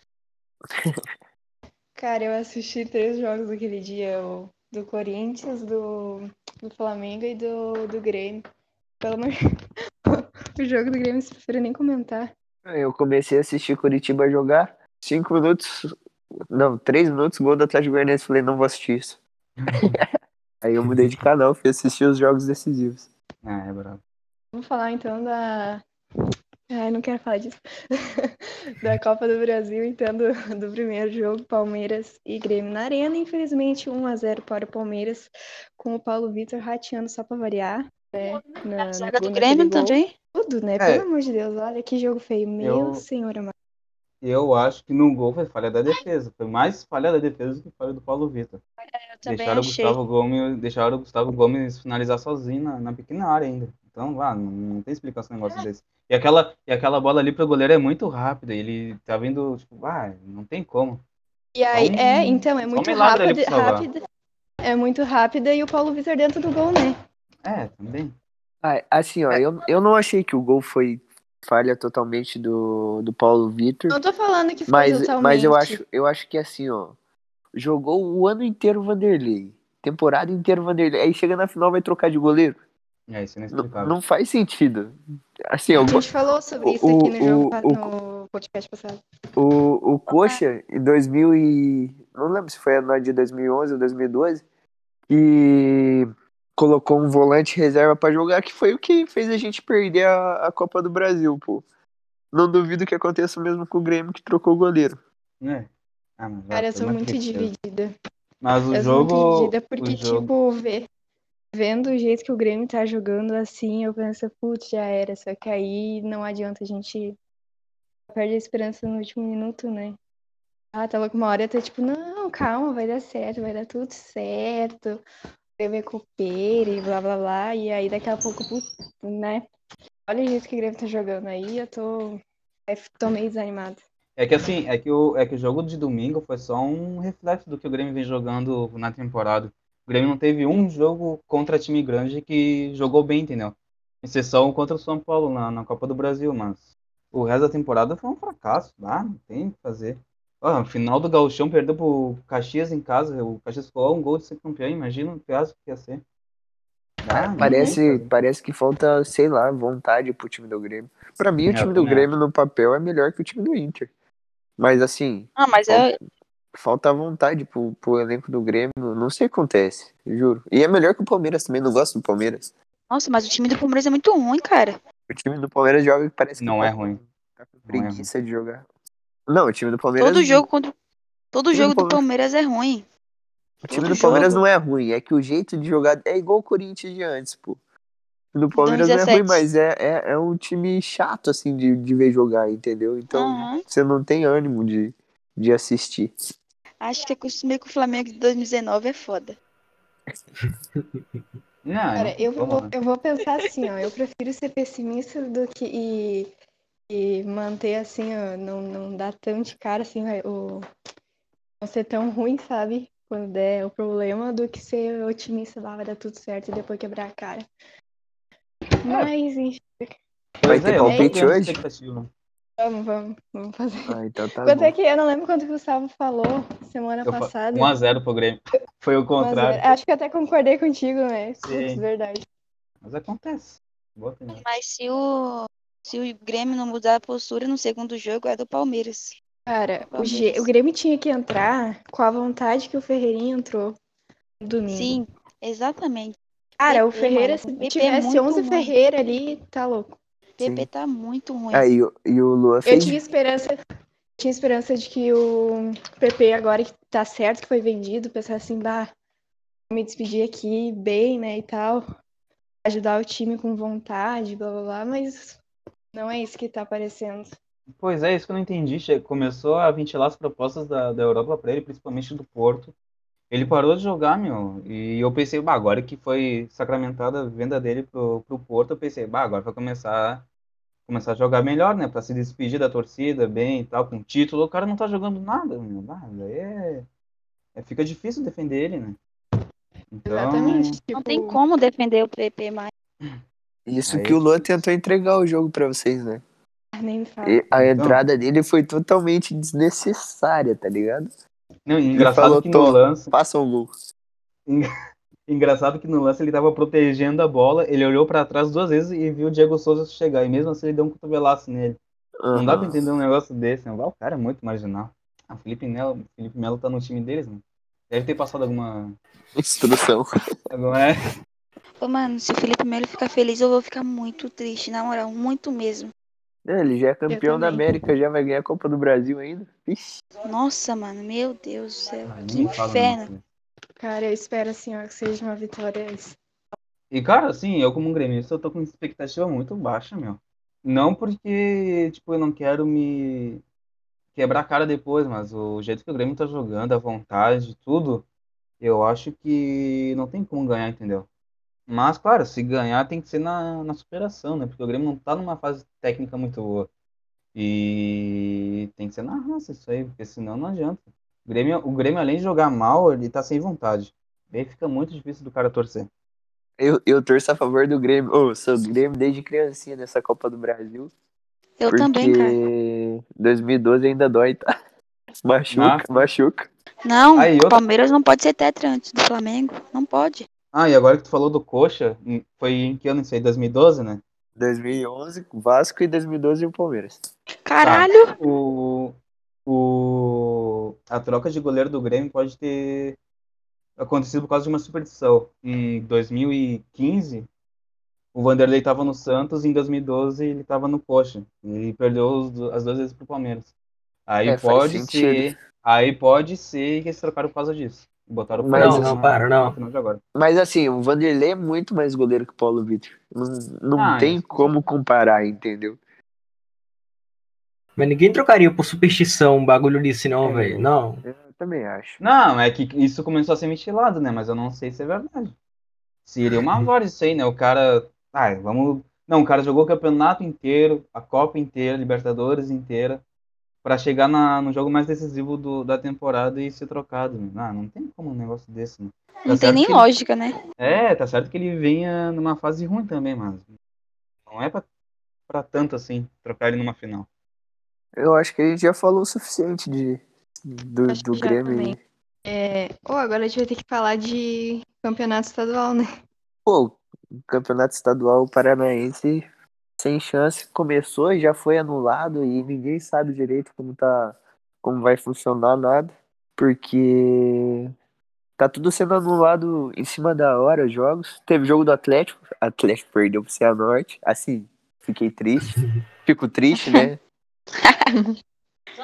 [SPEAKER 1] Cara, eu assisti três jogos daquele dia, o do Corinthians, do, do Flamengo e do, do Grêmio. Pelo amor O jogo do Grêmio, não prefiro nem comentar.
[SPEAKER 2] Eu comecei a assistir Curitiba jogar. Cinco minutos. Não, três minutos, gol do Atlético Goianiense. Falei, não vou assistir isso. Aí eu mudei de canal, fui assistir os jogos decisivos.
[SPEAKER 5] Ah, é brabo.
[SPEAKER 1] Vamos falar então da. Ai, não quero falar disso. da Copa do Brasil, então, do, do primeiro jogo, Palmeiras e Grêmio na Arena. Infelizmente, 1 a 0 para o Palmeiras, com o Paulo Vitor rateando só para variar. Né, na,
[SPEAKER 3] A
[SPEAKER 1] na
[SPEAKER 3] zaga do
[SPEAKER 1] naquele
[SPEAKER 3] Grêmio
[SPEAKER 1] gol.
[SPEAKER 3] também.
[SPEAKER 1] Tudo, né?
[SPEAKER 5] É.
[SPEAKER 1] Pelo amor de Deus, olha que jogo feio. Meu
[SPEAKER 5] Eu-
[SPEAKER 1] senhor amado.
[SPEAKER 5] Eu acho que no gol foi falha da defesa. Foi mais falha da defesa do que falha do Paulo Vitor.
[SPEAKER 3] Eu também
[SPEAKER 5] Deixaram o,
[SPEAKER 3] achei.
[SPEAKER 5] Gustavo Gomes, deixaram o Gustavo Gomes finalizar sozinho na, na pequena área ainda. Então, vá, não, não tem explicação um
[SPEAKER 1] É.
[SPEAKER 5] negócio desse. E aquela, e aquela bola ali pro goleiro é muito rápida. Ele tá vindo, tipo, ah, não tem como.
[SPEAKER 1] E aí,
[SPEAKER 5] um-
[SPEAKER 1] é, então, é muito
[SPEAKER 5] milagre ali
[SPEAKER 1] rápida,
[SPEAKER 5] pra salvar.
[SPEAKER 1] rápida. É muito rápida e o Paulo Vitor dentro do gol, né?
[SPEAKER 5] É, também.
[SPEAKER 2] Ah, assim, ó, eu, eu não achei que o gol foi falha totalmente do, do Paulo Vitor.
[SPEAKER 1] Não tô falando que foi
[SPEAKER 2] Mas,
[SPEAKER 1] totalmente.
[SPEAKER 2] mas eu, acho, eu acho que assim, ó. Jogou o ano inteiro o Vanderlei. Temporada inteira o Vanderlei. Aí chega na final vai trocar de goleiro.
[SPEAKER 5] É, isso é
[SPEAKER 2] N- Não,
[SPEAKER 5] inexplicável.
[SPEAKER 2] faz sentido. Assim, ó,
[SPEAKER 1] A gente falou sobre isso
[SPEAKER 2] O-
[SPEAKER 1] aqui no, jogo,
[SPEAKER 2] o-
[SPEAKER 1] no podcast passado.
[SPEAKER 2] o, o Coxa, em 2000 e... Não lembro se foi ano de 2011 ou 2012. E colocou um volante reserva pra jogar, que foi o que fez a gente perder a, a Copa do Brasil, pô. Não duvido que aconteça o mesmo com o Grêmio, que trocou o goleiro.
[SPEAKER 5] É. Ah, mas,
[SPEAKER 1] Cara,
[SPEAKER 5] ah,
[SPEAKER 1] eu
[SPEAKER 5] foi
[SPEAKER 1] sou
[SPEAKER 5] uma
[SPEAKER 1] muito
[SPEAKER 5] tristeza.
[SPEAKER 1] dividida.
[SPEAKER 5] Mas o
[SPEAKER 1] eu sou muito
[SPEAKER 5] jogo.
[SPEAKER 1] dividida porque,
[SPEAKER 5] o jogo...
[SPEAKER 1] tipo, ver, vendo o jeito que o Grêmio tá jogando assim, eu penso, putz, já era. Só que aí não adianta, a gente perde a esperança no último minuto, né? Ah, tá louco, uma hora eu tô tipo, não, calma, vai dar certo, vai dar tudo certo. Eu me recupero e blá blá blá. E aí daqui a pouco, putz, né? Olha o jeito que o Grêmio tá jogando aí, eu tô, eu tô meio desanimada.
[SPEAKER 5] É que assim, é que, o, é que o jogo de domingo foi só um reflexo do que o Grêmio vem jogando na temporada. O Grêmio não teve um jogo contra time grande que jogou bem, entendeu? Exceção contra o São Paulo na, na Copa do Brasil, mas o resto da temporada foi um fracasso, tá? Não tem o que fazer. Ó, no final do Gauchão perdeu pro Caxias em casa, o Caxias ficou a um gol de ser campeão, imagina o fiasco que ia ser. Ah, não tem o que
[SPEAKER 2] Parece,
[SPEAKER 5] fazer.
[SPEAKER 2] parece que falta, sei lá, vontade pro time do Grêmio. Pra mim,
[SPEAKER 5] É,
[SPEAKER 2] o time
[SPEAKER 5] eu
[SPEAKER 2] do
[SPEAKER 5] também
[SPEAKER 2] Grêmio no papel é melhor que o time do Inter. Mas assim,
[SPEAKER 3] Ah, mas é,
[SPEAKER 2] falta vontade pro, pro elenco do Grêmio. Não sei o que acontece, juro. E é melhor que o Palmeiras também, não gosto do Palmeiras.
[SPEAKER 3] nossa, mas o time do Palmeiras é muito ruim, cara.
[SPEAKER 2] O time do Palmeiras joga que parece que
[SPEAKER 5] Não
[SPEAKER 2] tá
[SPEAKER 5] é
[SPEAKER 2] com-
[SPEAKER 5] ruim.
[SPEAKER 2] Tá com
[SPEAKER 5] Não é
[SPEAKER 2] preguiça de jogar. Não, o time do Palmeiras.
[SPEAKER 3] Todo jogo contra todo
[SPEAKER 2] Time do
[SPEAKER 3] jogo do
[SPEAKER 2] Palmeiras.
[SPEAKER 3] Palmeiras é ruim.
[SPEAKER 2] O time
[SPEAKER 3] todo
[SPEAKER 2] do Palmeiras
[SPEAKER 3] jogo.
[SPEAKER 2] não é ruim, é que o jeito de jogar é igual o Corinthians de antes, pô. O do Palmeiras não é
[SPEAKER 3] 2017.
[SPEAKER 2] ruim, mas é, é, é um time chato, assim, de, de ver jogar, entendeu? Então,
[SPEAKER 3] Aham.
[SPEAKER 2] você não tem ânimo de, de assistir.
[SPEAKER 3] Acho que acostumei com o Flamengo de 2019 é foda.
[SPEAKER 5] Não,
[SPEAKER 1] Cara, eu
[SPEAKER 5] vamos
[SPEAKER 1] vou,
[SPEAKER 5] lá.
[SPEAKER 1] eu vou pensar assim, ó. Eu prefiro ser pessimista do que e, e manter assim, ó, não, não dar tão de cara assim, o, não ser tão ruim, sabe? Quando der o problema, do que ser otimista lá, vai dar tudo certo e depois quebrar a cara.
[SPEAKER 5] É.
[SPEAKER 1] Mas, enfim,
[SPEAKER 2] Vai
[SPEAKER 5] Pois
[SPEAKER 2] ter
[SPEAKER 5] é, eu não
[SPEAKER 2] palpite
[SPEAKER 5] tenho
[SPEAKER 2] hoje?
[SPEAKER 5] expectativa.
[SPEAKER 1] vamos, vamos, vamos fazer.
[SPEAKER 2] Ah, então tá
[SPEAKER 1] Quanto
[SPEAKER 2] bom.
[SPEAKER 1] é que eu não lembro quanto que o Gustavo falou semana
[SPEAKER 5] Eu fa-
[SPEAKER 1] passada.
[SPEAKER 5] 1x0 pro Grêmio. Foi o
[SPEAKER 1] Mas,
[SPEAKER 5] contrário.
[SPEAKER 1] é, Acho que eu até concordei contigo, né? Putz,
[SPEAKER 5] Sim.
[SPEAKER 1] verdade.
[SPEAKER 5] Mas acontece. Boa opinião.
[SPEAKER 3] Mas se o se o Grêmio não mudar a postura no segundo jogo é do Palmeiras.
[SPEAKER 1] Cara, o,
[SPEAKER 3] Vamos.
[SPEAKER 1] G- o Grêmio tinha que entrar com a vontade que o Ferreirinha entrou no domingo.
[SPEAKER 3] Sim, exatamente.
[SPEAKER 1] Cara, o
[SPEAKER 3] PP,
[SPEAKER 1] Ferreira,
[SPEAKER 3] mano,
[SPEAKER 1] se
[SPEAKER 3] PP
[SPEAKER 1] tivesse
[SPEAKER 3] muito
[SPEAKER 1] 11
[SPEAKER 3] ruim.
[SPEAKER 1] Ferreira ali, tá louco.
[SPEAKER 3] O PP tá muito ruim.
[SPEAKER 2] Ah, e, o- e o Luan
[SPEAKER 1] Eu
[SPEAKER 2] fez.
[SPEAKER 1] tinha esperança, tinha esperança de que o PP, agora que tá certo, que foi vendido, pensar assim, bah, vou me despedir aqui bem, né, e tal. Ajudar o time com vontade, blá blá blá, mas não é isso que tá aparecendo.
[SPEAKER 5] Pois é, isso que eu não entendi. Che- Começou a ventilar as propostas da, da Europa pra ele, principalmente do Porto. Ele parou de jogar, meu. E eu pensei, bah, agora que foi sacramentada a venda dele pro, pro Porto, eu pensei, bah, agora vai começar, começar a jogar melhor, né? Pra se despedir da torcida bem e tal, com título. O cara não tá jogando nada, meu. Bah, daí é, é- fica difícil defender ele, né? Então,
[SPEAKER 1] Exatamente.
[SPEAKER 3] Não
[SPEAKER 1] tipo,
[SPEAKER 3] tem como defender o PP mais.
[SPEAKER 2] Isso
[SPEAKER 5] Aí.
[SPEAKER 2] que o Luan tentou entregar o jogo pra vocês, né?
[SPEAKER 1] nem me fala.
[SPEAKER 2] E a
[SPEAKER 5] Então.
[SPEAKER 2] entrada dele foi totalmente desnecessária, tá ligado?
[SPEAKER 5] Não, e engraçado
[SPEAKER 2] falou,
[SPEAKER 5] que
[SPEAKER 2] "Tô".
[SPEAKER 5] no lance,
[SPEAKER 2] Passa um gol.
[SPEAKER 5] engraçado que no lance ele tava protegendo a bola, ele olhou pra trás duas vezes e viu o Diego Souza chegar, e mesmo assim ele deu um cotovelaço nele. Não dá pra
[SPEAKER 2] Aham.
[SPEAKER 5] entender um negócio desse, né? O cara é muito marginal. Ah, o Felipe Melo, o Felipe Melo tá no time deles, né? Deve ter passado alguma.
[SPEAKER 2] Instrução.
[SPEAKER 5] alguma... é.
[SPEAKER 3] Ô, mano, se o Felipe Melo ficar feliz, eu vou ficar muito triste, na moral, muito mesmo.
[SPEAKER 2] É, Ele já é campeão da
[SPEAKER 1] também.
[SPEAKER 2] América, já vai ganhar a Copa do Brasil ainda. Ixi.
[SPEAKER 3] Nossa, mano, meu Deus do céu,
[SPEAKER 5] Ah,
[SPEAKER 3] que
[SPEAKER 5] nem fala
[SPEAKER 3] inferno.
[SPEAKER 5] nisso, né?
[SPEAKER 1] Cara, eu espero assim, ó, que seja uma vitória.
[SPEAKER 5] E, cara, assim, eu como um gremista, eu tô com expectativa muito baixa, meu. Não porque, tipo, eu não quero me quebrar a cara depois, mas o jeito que o Grêmio tá jogando, a vontade, tudo, eu acho que não tem como ganhar, entendeu? Mas, claro, se ganhar tem que ser na, na superação, né? Porque o Grêmio não tá numa fase técnica muito boa. E tem que ser na raça isso aí, porque senão não adianta. O Grêmio, o Grêmio, além de jogar mal, ele tá sem vontade. Daí fica muito difícil do cara torcer.
[SPEAKER 2] Eu, eu torço a favor do Grêmio. Ô, sou do Grêmio desde criancinha nessa Copa do Brasil.
[SPEAKER 3] Eu
[SPEAKER 2] porque
[SPEAKER 3] também, cara.
[SPEAKER 2] 2012 ainda dói, tá? Machuca,
[SPEAKER 5] Nossa.
[SPEAKER 2] machuca.
[SPEAKER 3] Não,
[SPEAKER 5] Aí, outra-
[SPEAKER 3] o Palmeiras não pode ser tetra antes do Flamengo. Não pode.
[SPEAKER 5] Ah, e agora que tu falou do Coxa, em- foi em que ano isso aí? 2012, né?
[SPEAKER 2] 2011, Vasco e 2012 o Palmeiras.
[SPEAKER 3] Caralho!
[SPEAKER 5] O, o, a troca de goleiro do Grêmio pode ter acontecido por causa de uma superstição. Em 2015, o Vanderlei estava no Santos, em 2012 ele estava no Coxa. E perdeu os do- as duas vezes pro Palmeiras. Aí
[SPEAKER 2] É, faz
[SPEAKER 5] pode
[SPEAKER 2] sentido.
[SPEAKER 5] ser. Aí pode ser que eles trocaram por causa disso. E Botaram o
[SPEAKER 2] Mas-
[SPEAKER 5] Palmeiras
[SPEAKER 4] Não, não,
[SPEAKER 5] na-
[SPEAKER 4] para,
[SPEAKER 5] na
[SPEAKER 4] não.
[SPEAKER 5] final de agora.
[SPEAKER 2] Mas assim, o Vanderlei é muito mais goleiro que o Paulo Vitor. Não, não
[SPEAKER 5] Ah,
[SPEAKER 2] tem
[SPEAKER 5] isso.
[SPEAKER 2] como comparar, entendeu?
[SPEAKER 4] Mas ninguém trocaria por superstição um bagulho desse, não,
[SPEAKER 5] É.
[SPEAKER 4] velho. Não.
[SPEAKER 2] Eu também acho.
[SPEAKER 5] Não, é que isso começou a ser ventilado, né? Mas eu não sei se é verdade. Seria uma voz isso aí, né? O cara. Ai, vamos. Não, o cara jogou o campeonato inteiro, a Copa inteira, a Libertadores inteira, pra chegar na- no jogo mais decisivo do- da temporada e ser trocado. né? Ah, não tem como um negócio desse, né? Tá
[SPEAKER 3] Não tem
[SPEAKER 5] certo
[SPEAKER 3] nem
[SPEAKER 5] que-
[SPEAKER 3] lógica, né?
[SPEAKER 5] É, tá certo que ele venha numa fase ruim também, mas não é pra, pra tanto assim, trocar ele numa final.
[SPEAKER 2] Eu acho que a gente já falou o suficiente de, do,
[SPEAKER 1] Acho
[SPEAKER 2] do
[SPEAKER 1] que já
[SPEAKER 2] Grêmio.
[SPEAKER 1] também. É... Ou agora a gente vai ter que falar de campeonato estadual, né?
[SPEAKER 2] Pô, o campeonato estadual paranaense sem chance começou e já foi anulado e ninguém sabe direito como tá como vai funcionar nada, porque tá tudo sendo anulado em cima da hora os jogos. Teve jogo do Atlético, Atlético perdeu pro Cianorte, assim, fiquei triste, fico triste, né?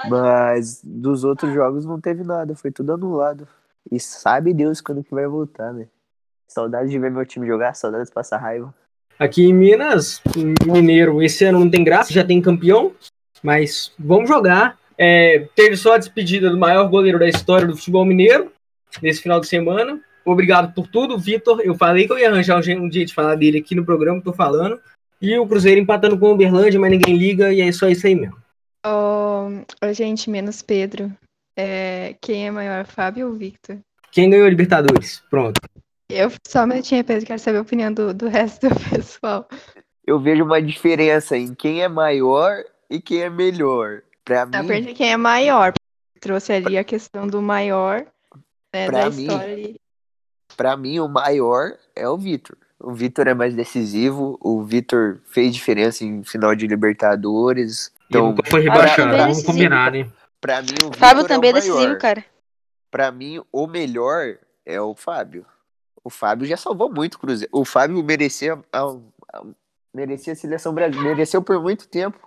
[SPEAKER 2] Mas dos outros jogos não teve nada, foi tudo anulado. E sabe Deus quando que vai voltar, né? Saudade de ver meu time jogar, saudade de passar raiva.
[SPEAKER 4] Aqui em Minas, em Mineiro, esse ano não tem graça, já tem campeão, mas vamos jogar. É, teve só a despedida do maior goleiro da história do futebol mineiro nesse final de semana. Obrigado por tudo, Vitor. Eu falei que eu ia arranjar um je- um dia de falar dele aqui no programa, tô falando. E o Cruzeiro empatando com o Uberlândia, mas ninguém liga, e é só isso aí mesmo.
[SPEAKER 1] Ô, ô, gente, menos Pedro. É, quem é maior, Fábio ou Victor?
[SPEAKER 4] Quem ganhou a Libertadores? Pronto.
[SPEAKER 1] Eu só me tinha Pedro, quero saber a opinião do, do resto do pessoal.
[SPEAKER 2] Eu vejo uma diferença em quem é maior e quem é melhor. Pra
[SPEAKER 3] Tá
[SPEAKER 1] Eu
[SPEAKER 2] mim,
[SPEAKER 1] perdi quem é maior. Trouxe ali a questão do maior, né,
[SPEAKER 2] Pra
[SPEAKER 1] da
[SPEAKER 2] mim,
[SPEAKER 1] história. ali.
[SPEAKER 2] Pra mim, o maior é o Vitor. O Vitor é mais decisivo, o Vitor fez diferença em final de Libertadores. Então,
[SPEAKER 4] foi
[SPEAKER 2] rebaixado,
[SPEAKER 3] vamos combinar,
[SPEAKER 4] né?
[SPEAKER 2] pra mim, o Vitor
[SPEAKER 3] Fábio
[SPEAKER 2] é o
[SPEAKER 3] também é
[SPEAKER 2] maior.
[SPEAKER 3] decisivo, cara.
[SPEAKER 2] Pra mim, o melhor é o Fábio. O Fábio já salvou muito o Cruzeiro. O Fábio merecia ah, a, a- um, merecia a seleção brasileira. Mereceu por muito tempo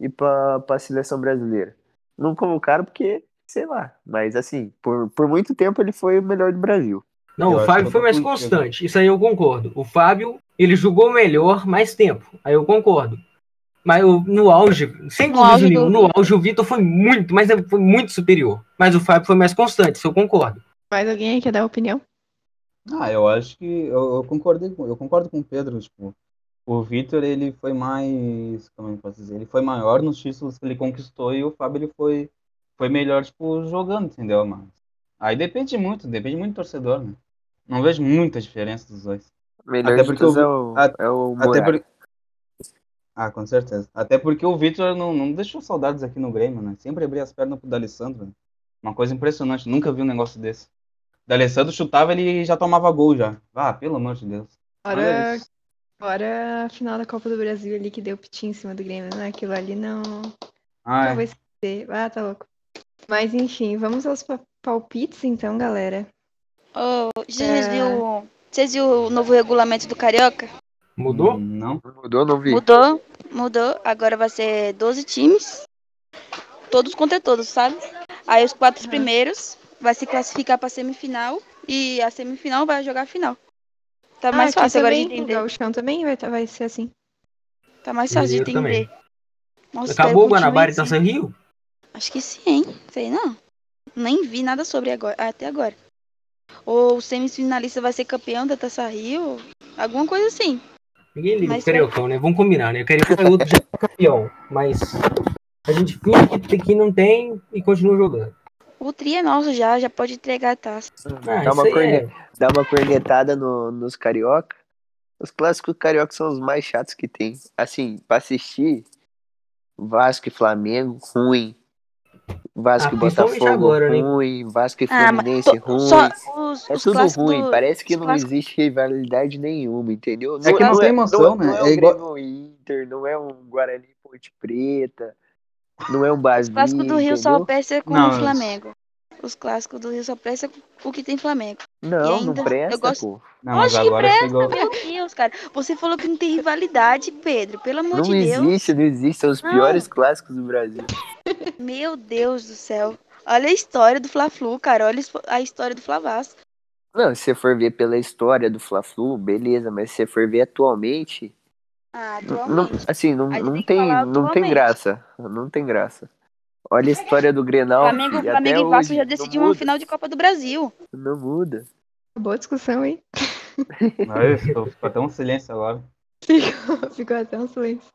[SPEAKER 2] ir pra, pra seleção brasileira. Não colocaram porque, sei lá. Mas assim, por, por muito tempo ele foi o melhor do Brasil.
[SPEAKER 4] Não, o
[SPEAKER 5] Eu acho que
[SPEAKER 4] Fábio
[SPEAKER 5] eu
[SPEAKER 4] foi
[SPEAKER 5] tô
[SPEAKER 4] mais
[SPEAKER 5] contigo.
[SPEAKER 4] constante. Isso aí eu concordo. O Fábio, ele jogou melhor mais tempo. Aí eu concordo. Mas o- no auge, sem
[SPEAKER 3] No
[SPEAKER 4] dúvida
[SPEAKER 3] auge do
[SPEAKER 4] nenhuma, no auge o Vitor foi muito, mas é, foi muito superior. Mas o Fábio foi mais constante, isso eu concordo.
[SPEAKER 1] Mais alguém aí quer dar opinião?
[SPEAKER 5] Ah, eu acho que eu, eu concordei com, eu concordo com o Pedro, tipo, o Vitor ele foi mais, como é eu posso dizer, ele foi maior nos títulos que ele conquistou e o Fábio ele foi foi melhor tipo jogando, entendeu? Mas aí depende muito, depende muito do torcedor, né? Não vejo muita diferença dos dois.
[SPEAKER 2] Melhor
[SPEAKER 5] Até
[SPEAKER 2] de
[SPEAKER 5] porque
[SPEAKER 2] todos
[SPEAKER 5] o
[SPEAKER 2] é
[SPEAKER 5] Vi-
[SPEAKER 2] o,
[SPEAKER 5] a-
[SPEAKER 2] é o
[SPEAKER 5] Até
[SPEAKER 2] Moraes.
[SPEAKER 5] por... Ah, com certeza. Até porque o Vitor não, não deixou saudades aqui no Grêmio, né? Sempre abria as pernas pro D'Alessandro. né? Uma coisa impressionante, nunca vi um negócio desse. D'Alessandro chutava, ele já tomava gol já. Ah, pelo amor de Deus.
[SPEAKER 1] Fora,
[SPEAKER 5] Olha isso.
[SPEAKER 1] fora a final da Copa do Brasil ali que deu piti em cima do Grêmio, né? Aquilo ali não,
[SPEAKER 5] Ai,
[SPEAKER 1] não vou esquecer. Ah, tá louco. Mas enfim, vamos aos pa- palpites então, galera.
[SPEAKER 3] Ô, Vocês viu, vocês viu o novo regulamento do Carioca?
[SPEAKER 4] Mudou?
[SPEAKER 5] Não.
[SPEAKER 2] Mudou, não vi.
[SPEAKER 3] Mudou, mudou. Agora vai ser 12 times. Todos contra todos, sabe? Aí os quatro
[SPEAKER 1] Aham.
[SPEAKER 3] primeiros vai se classificar pra semifinal e a semifinal vai jogar a final. Tá
[SPEAKER 1] Ah,
[SPEAKER 3] mais
[SPEAKER 1] aqui
[SPEAKER 3] fácil agora de
[SPEAKER 1] também, O
[SPEAKER 3] entender.
[SPEAKER 1] Gauchão também vai, tá- vai ser assim.
[SPEAKER 3] Tá mais fácil de
[SPEAKER 4] Mineiro também.
[SPEAKER 3] entender. Nossa, é
[SPEAKER 4] Acabou
[SPEAKER 3] eu
[SPEAKER 4] o Guanabara então e
[SPEAKER 3] continuo-
[SPEAKER 4] Taça Rio?
[SPEAKER 3] Acho que sim, hein? Sei não. Nem vi nada sobre agora, até agora. Ou o semifinalista vai ser campeão da Taça Rio, alguma coisa assim.
[SPEAKER 4] Ninguém liga
[SPEAKER 3] Mas é.
[SPEAKER 4] o Cariocão, né? Vamos combinar, né? O Cariocão é outro já é campeão, mas a gente finge que, tem- que não tem e continua jogando.
[SPEAKER 3] O tri é nosso já, já pode entregar a taça.
[SPEAKER 4] Ah,
[SPEAKER 5] Tá
[SPEAKER 2] dá,
[SPEAKER 4] isso
[SPEAKER 2] Tá uma
[SPEAKER 4] aí
[SPEAKER 2] corne-
[SPEAKER 4] é-
[SPEAKER 2] dá uma cornetada no- nos carioca. Os clássicos carioca são os mais chatos que tem. Assim, pra assistir, Vasco e Flamengo, ruim. Vasco e
[SPEAKER 4] Ah, principalmente
[SPEAKER 2] Botafogo,
[SPEAKER 4] agora, né?
[SPEAKER 2] ruim. Vasco e
[SPEAKER 3] Ah, mas
[SPEAKER 2] Fluminense,
[SPEAKER 3] to-
[SPEAKER 2] ruim.
[SPEAKER 3] Só os,
[SPEAKER 2] É
[SPEAKER 3] os
[SPEAKER 2] tudo
[SPEAKER 3] clássicos
[SPEAKER 2] ruim,
[SPEAKER 3] do-
[SPEAKER 2] parece que
[SPEAKER 3] os
[SPEAKER 2] não
[SPEAKER 3] clássicos-
[SPEAKER 2] existe rivalidade nenhuma, entendeu?
[SPEAKER 5] É que não tem emoção,
[SPEAKER 2] não
[SPEAKER 5] né?
[SPEAKER 2] é um
[SPEAKER 5] É igual-
[SPEAKER 2] Grêmio e Inter, não é um Guarani e Ponte Preta, não é um
[SPEAKER 3] Os
[SPEAKER 2] Basbi,
[SPEAKER 3] clássicos do Rio só
[SPEAKER 2] entendeu?
[SPEAKER 3] presta com
[SPEAKER 5] Não,
[SPEAKER 3] o
[SPEAKER 5] mas-
[SPEAKER 3] Flamengo. Os clássicos do Rio só presta com o que tem Flamengo.
[SPEAKER 2] Não,
[SPEAKER 3] E ainda-
[SPEAKER 2] não
[SPEAKER 3] eu
[SPEAKER 2] presta,
[SPEAKER 3] gosto-
[SPEAKER 2] pô.
[SPEAKER 5] Não, mas
[SPEAKER 3] Lógico que
[SPEAKER 5] agora chegou.
[SPEAKER 3] Meu Deus, cara. Você falou que não tem rivalidade, Pedro. Pelo amor
[SPEAKER 2] Não
[SPEAKER 3] de Deus. Ah.
[SPEAKER 2] existe, não existe. São os
[SPEAKER 3] Não.
[SPEAKER 2] piores clássicos do Brasil.
[SPEAKER 3] Meu Deus do céu. Olha a história do Fla-Flu, cara. Olha a história do Flavas.
[SPEAKER 2] Não, se você for ver pela história do Fla-Flu, beleza, mas se você for ver atualmente,
[SPEAKER 3] Ah,
[SPEAKER 2] não- não-
[SPEAKER 3] atualmente.
[SPEAKER 2] assim, não,
[SPEAKER 3] A gente
[SPEAKER 2] não
[SPEAKER 3] tem que
[SPEAKER 2] tem,
[SPEAKER 3] falar
[SPEAKER 2] não tem
[SPEAKER 3] atualmente.
[SPEAKER 2] graça, não tem graça. Olha a história do Grenal,
[SPEAKER 3] Flamengo,
[SPEAKER 2] filho,
[SPEAKER 3] Flamengo
[SPEAKER 2] até
[SPEAKER 3] e Vasco
[SPEAKER 2] hoje,
[SPEAKER 3] já
[SPEAKER 2] não
[SPEAKER 3] decidiu uma
[SPEAKER 2] muda,
[SPEAKER 3] final de Copa do Brasil.
[SPEAKER 2] Não muda.
[SPEAKER 1] Acabou a discussão, hein?
[SPEAKER 5] Ai, ficou, ficou até um silêncio agora.
[SPEAKER 1] Ficou, ficou até um silêncio.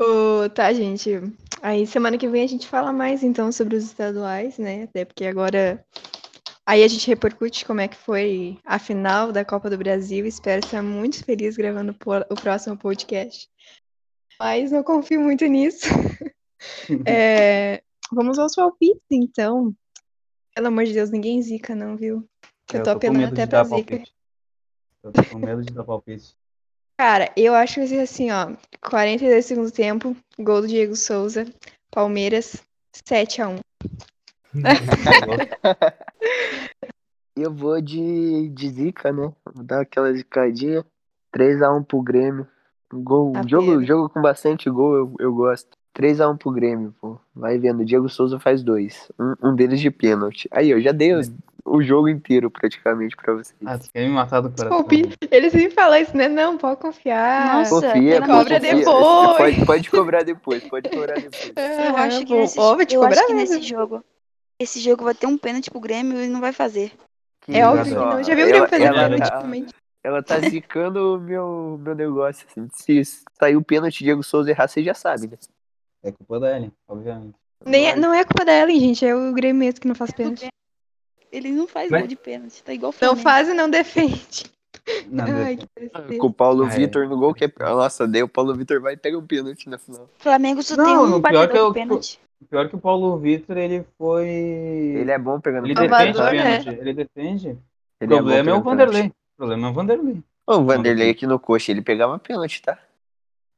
[SPEAKER 1] Ô, tá, gente. Aí semana que vem a gente fala mais então sobre os estaduais, né? Até porque agora. Aí a gente repercute como é que foi a final da Copa do Brasil. Espero estar muito feliz gravando po- o próximo podcast. Mas não confio muito nisso. É, Vamos aos palpites, então. Pelo amor de Deus, ninguém zica, não, viu? Que eu, tô
[SPEAKER 5] É, tô com
[SPEAKER 1] apelando
[SPEAKER 5] medo
[SPEAKER 1] até
[SPEAKER 5] de
[SPEAKER 1] pra
[SPEAKER 5] dar
[SPEAKER 1] zica.
[SPEAKER 5] palpite. Eu tô com medo de dar palpite.
[SPEAKER 1] Cara, eu acho que vai ser assim, ó. um. 42 segundos tempo, gol do Diego Souza, Palmeiras, 7x1.
[SPEAKER 5] né?
[SPEAKER 2] Eu vou de, de zica, né? Vou dar aquela zicadinha. 3x1 pro Grêmio. Um Gol.
[SPEAKER 1] Tá
[SPEAKER 2] Jogo,
[SPEAKER 1] vendo?
[SPEAKER 2] jogo com bastante gol, eu, eu gosto. 3x1 pro Grêmio, pô. Vai vendo. Diego Souza faz dois. Um, um deles de pênalti. Aí, eu já dei os- o jogo inteiro praticamente pra vocês.
[SPEAKER 5] Ah, tu quer me matar do coração.
[SPEAKER 1] Desculpe, eles me falam isso, né? Não, pode confiar.
[SPEAKER 3] Nossa,
[SPEAKER 2] Confia,
[SPEAKER 3] pelo
[SPEAKER 2] pô,
[SPEAKER 3] amor de
[SPEAKER 1] Cobra
[SPEAKER 2] confia.
[SPEAKER 3] Deus.
[SPEAKER 1] depois.
[SPEAKER 2] Pode, pode cobrar depois, pode cobrar depois.
[SPEAKER 3] Eu
[SPEAKER 1] Ah,
[SPEAKER 3] acho que
[SPEAKER 1] bom,
[SPEAKER 3] nesse,
[SPEAKER 1] ó, né? vou te
[SPEAKER 3] eu acho
[SPEAKER 1] cobrar
[SPEAKER 3] que nesse
[SPEAKER 1] mesmo.
[SPEAKER 3] jogo. Esse jogo vai ter um pênalti pro Grêmio e não vai fazer.
[SPEAKER 2] Que
[SPEAKER 1] É óbvio
[SPEAKER 5] Olha
[SPEAKER 1] que
[SPEAKER 2] isso,
[SPEAKER 5] só,
[SPEAKER 1] não.
[SPEAKER 2] ó.
[SPEAKER 1] Já viu o
[SPEAKER 2] ela,
[SPEAKER 1] Grêmio fazendo
[SPEAKER 2] ela,
[SPEAKER 1] pênalti
[SPEAKER 2] tá-
[SPEAKER 1] ultimamente?
[SPEAKER 2] ela tá zicando o meu, meu negócio. assim. Se sair o pênalti Diego Souza errar, você já sabe, né?
[SPEAKER 5] É culpa da Ellen, obviamente.
[SPEAKER 1] Nem é- não é culpa da Ellen, gente. É o Grêmio mesmo que não faz pênalti.
[SPEAKER 3] Ele não faz
[SPEAKER 4] Mas-
[SPEAKER 3] gol de pênalti, tá igual o
[SPEAKER 1] Não
[SPEAKER 5] Então
[SPEAKER 3] Flamengo.
[SPEAKER 1] faz e não defende.
[SPEAKER 5] Não,
[SPEAKER 1] Ai,
[SPEAKER 5] Deus.
[SPEAKER 1] que tristeza.
[SPEAKER 2] Com o Paulo
[SPEAKER 5] Ah, é.
[SPEAKER 2] Vitor no gol, que é. Nossa, daí o Paulo Vitor vai e pega um pênalti na final.
[SPEAKER 3] O Flamengo só
[SPEAKER 5] Não,
[SPEAKER 3] tem
[SPEAKER 5] o pior
[SPEAKER 3] um
[SPEAKER 5] que
[SPEAKER 3] batedor
[SPEAKER 5] eu-
[SPEAKER 3] de pênalti.
[SPEAKER 5] pior é que o Paulo Vitor, ele foi. Ele,
[SPEAKER 2] Ele é bom pegando
[SPEAKER 5] ele
[SPEAKER 2] pênalti.
[SPEAKER 5] defende o
[SPEAKER 1] Salvador, né?
[SPEAKER 5] pênalti. Ele defende. O
[SPEAKER 2] Ele é bom
[SPEAKER 5] problema é, o
[SPEAKER 2] pegando
[SPEAKER 5] Vanderlei. O problema é o Vanderlei.
[SPEAKER 2] pênalti. Ô, O Vanderlei aqui no coxa, ele pegava pênalti, tá?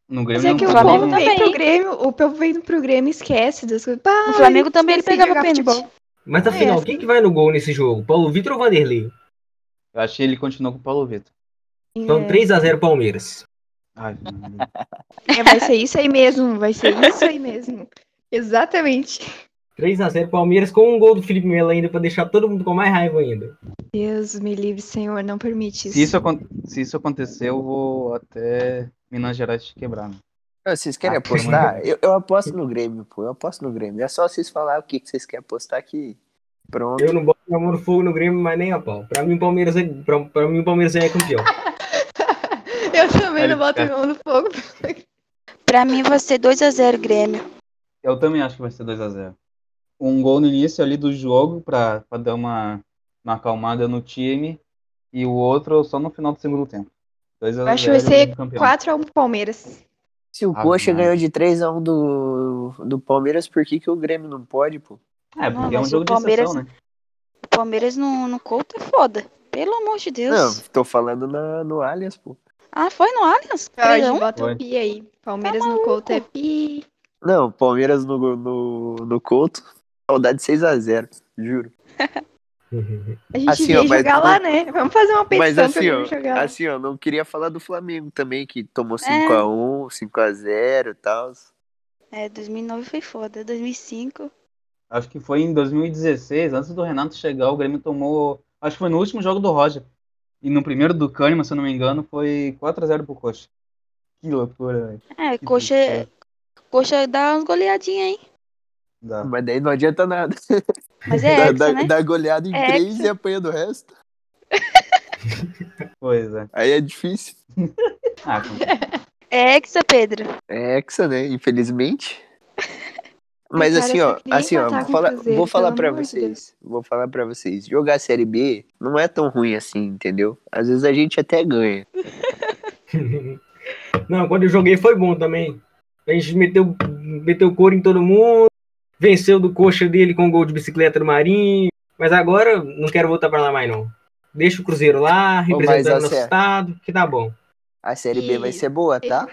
[SPEAKER 5] No Grêmio
[SPEAKER 1] Mas é
[SPEAKER 5] não
[SPEAKER 1] que o
[SPEAKER 5] tem
[SPEAKER 3] Flamengo
[SPEAKER 1] povo
[SPEAKER 5] nenhum.
[SPEAKER 1] vem
[SPEAKER 3] também.
[SPEAKER 1] pro Grêmio, o povo vem pro Grêmio e esquece das coisas. Pá,
[SPEAKER 3] O Flamengo
[SPEAKER 1] ele
[SPEAKER 3] também ele
[SPEAKER 1] esquece de
[SPEAKER 3] pegava
[SPEAKER 1] jogar
[SPEAKER 3] pênalti.
[SPEAKER 1] futebol.
[SPEAKER 4] Mas afinal,
[SPEAKER 1] É.
[SPEAKER 4] quem que vai no gol nesse jogo? Paulo Vitor ou Vanderlei?
[SPEAKER 5] Eu acho que ele continuou com o Paulo Vitor.
[SPEAKER 4] Então
[SPEAKER 1] É.
[SPEAKER 4] 3x0 Palmeiras.
[SPEAKER 5] Ai,
[SPEAKER 1] É, vai ser isso aí mesmo, vai ser isso aí mesmo. Exatamente.
[SPEAKER 4] 3x0 Palmeiras com um gol do Felipe Melo ainda pra deixar todo mundo com mais raiva ainda.
[SPEAKER 1] Deus me livre, Senhor, não permite isso.
[SPEAKER 5] se, isso acon- se isso acontecer, eu vou até Minas Gerais te quebrar. né?
[SPEAKER 2] Ô, Vocês querem
[SPEAKER 5] Ah,
[SPEAKER 2] apostar?
[SPEAKER 5] mano.
[SPEAKER 2] Eu, eu aposto no Grêmio, pô. Eu aposto no Grêmio. É só vocês falar o que, que vocês querem apostar que pronto.
[SPEAKER 4] Eu não boto meu amor fogo no Grêmio, mas nem a pau. Pra mim o Palmeiras é, pra, pra mim, o Palmeiras é campeão.
[SPEAKER 1] Eu também não
[SPEAKER 5] Olha,
[SPEAKER 1] boto a mão no fogo.
[SPEAKER 3] Pra mim vai ser 2x0 Grêmio.
[SPEAKER 5] Eu também acho que vai ser 2x0. Um gol no início ali do jogo pra, pra dar uma, uma acalmada no time. E o outro só no final do segundo tempo. 2x0.
[SPEAKER 1] Eu acho que vai ser 4x1 pro Palmeiras.
[SPEAKER 2] Se o
[SPEAKER 5] Ave
[SPEAKER 2] Coxa
[SPEAKER 5] Maria.
[SPEAKER 2] ganhou de 3x1 do, do Palmeiras, por que, que o Grêmio não pode, pô?
[SPEAKER 5] É,
[SPEAKER 3] Não,
[SPEAKER 5] porque é um
[SPEAKER 3] mas o
[SPEAKER 5] jogo de
[SPEAKER 3] Palmeiras-
[SPEAKER 5] exceção, né?
[SPEAKER 3] O Palmeiras no, no Couto é foda. Pelo amor de Deus.
[SPEAKER 2] Não, tô falando na, no Allianz, pô.
[SPEAKER 3] Ah, foi no Allianz?
[SPEAKER 1] Jorge,
[SPEAKER 3] 3x1?
[SPEAKER 1] bota
[SPEAKER 5] Vai.
[SPEAKER 1] o pi aí. Palmeiras no Couto é pi.
[SPEAKER 2] Não, Palmeiras no, no, no Couto, saudade 6x0, juro.
[SPEAKER 1] A gente
[SPEAKER 2] Assim,
[SPEAKER 1] ia
[SPEAKER 2] ó, mas-
[SPEAKER 1] jogar lá, né? Vamos fazer uma petição
[SPEAKER 2] Mas assim,
[SPEAKER 1] pra
[SPEAKER 2] ó,
[SPEAKER 1] eu jogar lá.
[SPEAKER 2] assim, ó, não queria falar do Flamengo também, que tomou 5x1, 5x0 e tal.
[SPEAKER 3] É, 2009 foi foda. 2005.
[SPEAKER 5] Acho que foi em 2016, antes do Renato chegar, o Grêmio tomou. Acho que foi no último jogo do Roger. E no primeiro do Kahneman, se eu não me engano, foi 4x0 pro Coxa. Que loucura, velho.
[SPEAKER 3] É,
[SPEAKER 5] Que
[SPEAKER 3] coxa,
[SPEAKER 5] tristeza.
[SPEAKER 3] coxa dá umas goleadinhas, hein?
[SPEAKER 5] Dá.
[SPEAKER 2] Mas daí não adianta nada.
[SPEAKER 3] Mas é
[SPEAKER 2] dá,
[SPEAKER 3] hexa,
[SPEAKER 2] dá-
[SPEAKER 3] né?
[SPEAKER 2] dá goleada em
[SPEAKER 3] É
[SPEAKER 2] 3
[SPEAKER 3] hexa.
[SPEAKER 2] e apanha do resto.
[SPEAKER 5] Pois é.
[SPEAKER 2] Aí é difícil.
[SPEAKER 5] Ah, com-
[SPEAKER 3] É hexa, Pedro.
[SPEAKER 2] É Hexa, né? Infelizmente. Mas
[SPEAKER 1] Cara,
[SPEAKER 2] assim,
[SPEAKER 1] eu
[SPEAKER 2] ó,
[SPEAKER 1] só queria
[SPEAKER 2] assim, ó,
[SPEAKER 1] empatar com
[SPEAKER 2] vou
[SPEAKER 1] o
[SPEAKER 2] falar,
[SPEAKER 1] Cruzeiro,
[SPEAKER 2] vou falar
[SPEAKER 1] pelo
[SPEAKER 2] pra
[SPEAKER 1] amor de
[SPEAKER 2] vocês. Vou falar pra vocês. Jogar a Série B não é tão ruim assim, entendeu? Às vezes a gente até ganha.
[SPEAKER 4] Não, quando eu joguei foi bom também. A gente meteu, meteu couro em todo mundo, venceu do coxa dele com um gol de bicicleta do Marinho. Mas agora não quero voltar pra lá mais não. Deixa o Cruzeiro
[SPEAKER 2] Ô,
[SPEAKER 4] lá,
[SPEAKER 2] mas
[SPEAKER 4] representando nosso
[SPEAKER 2] você-
[SPEAKER 4] estado, que tá bom.
[SPEAKER 2] A Série B vai
[SPEAKER 1] E-
[SPEAKER 2] ser boa, tá?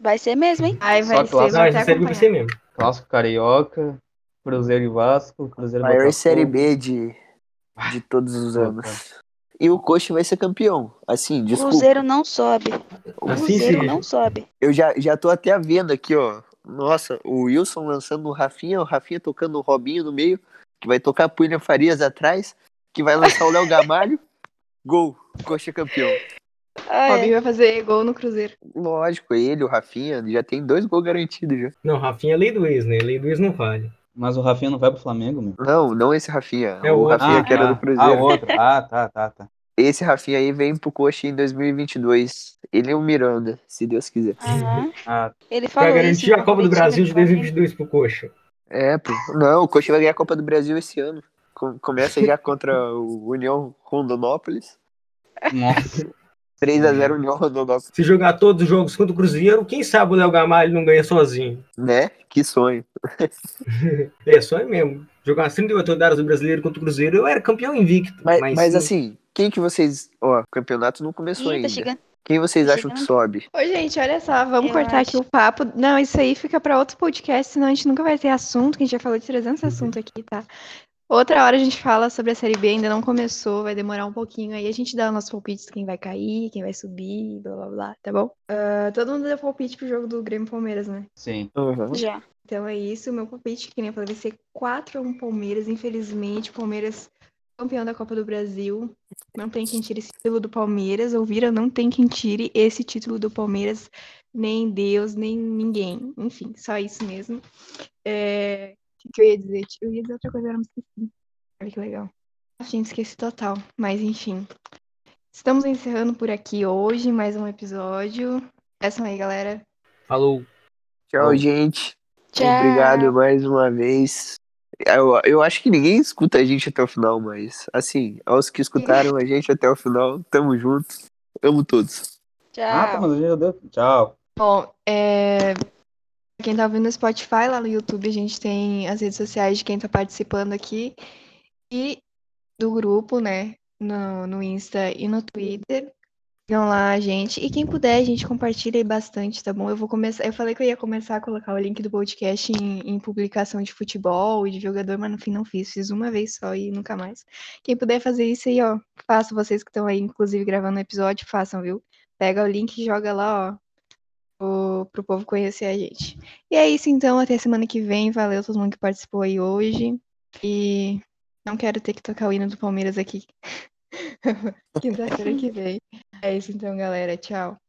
[SPEAKER 3] Vai ser mesmo, hein?
[SPEAKER 1] Ai,
[SPEAKER 5] Só
[SPEAKER 1] vai ser,
[SPEAKER 5] clássico.
[SPEAKER 4] Não,
[SPEAKER 1] vai
[SPEAKER 4] essa
[SPEAKER 1] até
[SPEAKER 4] série vai ser
[SPEAKER 1] acompanhar.
[SPEAKER 4] mesmo.
[SPEAKER 5] Clássico Carioca, Cruzeiro e Vasco, Cruzeiro e
[SPEAKER 2] Maior
[SPEAKER 5] Botafogo.
[SPEAKER 2] Série B de, de todos os
[SPEAKER 5] Ah,
[SPEAKER 2] anos. E o Coxa vai ser campeão. Assim,
[SPEAKER 3] O
[SPEAKER 2] desculpa.
[SPEAKER 3] Cruzeiro não sobe. O
[SPEAKER 4] Assim
[SPEAKER 3] Cruzeiro
[SPEAKER 4] seja.
[SPEAKER 3] não sobe.
[SPEAKER 2] Eu já, já tô até vendo aqui, ó. Nossa, o Wilson lançando o Rafinha, o Rafinha tocando o Robinho no meio, que vai tocar pro William Farias atrás, que vai lançar o Léo Gamalho. Gol, Coxa campeão.
[SPEAKER 1] O
[SPEAKER 3] Ah, é.
[SPEAKER 1] Robinho vai fazer gol no Cruzeiro.
[SPEAKER 2] Lógico, ele, o Rafinha, já tem dois gols garantidos já.
[SPEAKER 4] Não, Rafinha é lei do ex, né? Lei do ex não vale.
[SPEAKER 5] Mas o Rafinha não vai pro Flamengo, meu.
[SPEAKER 2] Não, não esse Rafinha.
[SPEAKER 4] É o
[SPEAKER 2] o
[SPEAKER 4] outro.
[SPEAKER 2] Rafinha
[SPEAKER 5] ah,
[SPEAKER 2] que era
[SPEAKER 5] ah,
[SPEAKER 2] do Cruzeiro.
[SPEAKER 5] Ah, outro. Ah, tá, tá, tá.
[SPEAKER 2] Esse Rafinha aí vem pro Coxa em 2022. Ele é o Miranda, se Deus quiser.
[SPEAKER 3] Aham.
[SPEAKER 5] Ah,
[SPEAKER 3] Ele falou
[SPEAKER 4] Pra
[SPEAKER 3] isso,
[SPEAKER 4] garantir a
[SPEAKER 3] né?
[SPEAKER 4] Copa do
[SPEAKER 3] Mentira,
[SPEAKER 4] Brasil de
[SPEAKER 3] Flamengo.
[SPEAKER 4] 2022 pro coxa.
[SPEAKER 2] É, pô. Não, o Coxa vai ganhar a Copa do Brasil esse ano. Com- Começa já contra o União Rondonópolis.
[SPEAKER 5] nossa.
[SPEAKER 2] 3x0 União Rondonópolis.
[SPEAKER 4] Se jogar todos os jogos contra o Cruzeiro, quem sabe o Léo Gamalho não ganha sozinho.
[SPEAKER 2] Né? Que sonho.
[SPEAKER 4] É, só é mesmo. Jogar as 38 rodadas do brasileiro contra o Cruzeiro, eu era campeão invicto.
[SPEAKER 2] Mas, assim, mas
[SPEAKER 4] sim,
[SPEAKER 2] assim, quem que vocês. Ó, o campeonato não começou
[SPEAKER 3] Ih,
[SPEAKER 2] ainda.
[SPEAKER 3] tá chegando.
[SPEAKER 2] Quem vocês acham que sobe?
[SPEAKER 1] Ô, gente, olha só, vamos
[SPEAKER 3] Eu
[SPEAKER 1] cortar
[SPEAKER 3] acho.
[SPEAKER 1] aqui o papo. Não, isso aí fica pra outro podcast, senão a gente nunca vai ter assunto, que a gente já falou de 300 assuntos aqui, tá? Outra hora a gente fala sobre a Série B, ainda não começou, vai demorar um pouquinho. Aí a gente dá o nosso palpite de quem vai cair, quem vai subir, blá blá blá, tá bom? Ah, todo mundo deu palpite pro jogo do Grêmio e Palmeiras, né?
[SPEAKER 5] Sim.
[SPEAKER 2] Aham.
[SPEAKER 3] Já.
[SPEAKER 1] Então é isso, meu palpite, que nem eu falei, vai ser 4x1 Palmeiras, infelizmente, Palmeiras campeão da Copa do Brasil, não tem quem tire esse título do Palmeiras, ouviram? Não tem quem tire esse título do Palmeiras, nem Deus, nem ninguém, enfim, só isso mesmo. É, O que, que eu ia dizer? Eu ia dizer outra coisa, agora eu me esqueci. Olha que legal. A gente esqueci total, mas enfim. Estamos encerrando por aqui hoje, mais um episódio. Peçam aí, galera.
[SPEAKER 4] Falou.
[SPEAKER 2] Tchau, gente.
[SPEAKER 3] Tchau.
[SPEAKER 2] Obrigado mais uma vez. Eu, eu acho que ninguém escuta a gente até o final, mas assim, aos que escutaram a gente até o final, tamo junto. Amo todos.
[SPEAKER 3] Tchau.
[SPEAKER 5] Ah, tá, mas a gente já deu. Tchau.
[SPEAKER 1] Bom, é... pra quem tá ouvindo no Spotify, lá no YouTube, a gente tem as redes sociais de quem tá participando aqui e do grupo, né? No, no Insta e no Twitter. Sigam lá, gente. E quem puder, gente, compartilha aí bastante, tá bom? Eu vou começar. Eu falei que eu ia começar a colocar o link do podcast em, em publicação de futebol e de jogador, mas no fim não fiz. Fiz uma vez só e nunca mais. Quem puder fazer isso aí, ó, faça vocês que estão aí, inclusive, gravando o episódio, façam, viu? Pega o link e joga lá, ó pro, pro povo conhecer a gente. E é isso então, até semana que vem. Valeu todo mundo que participou aí hoje. E não quero ter que tocar o hino do Palmeiras aqui. Quinta-feira que vem. É isso então, galera. Tchau.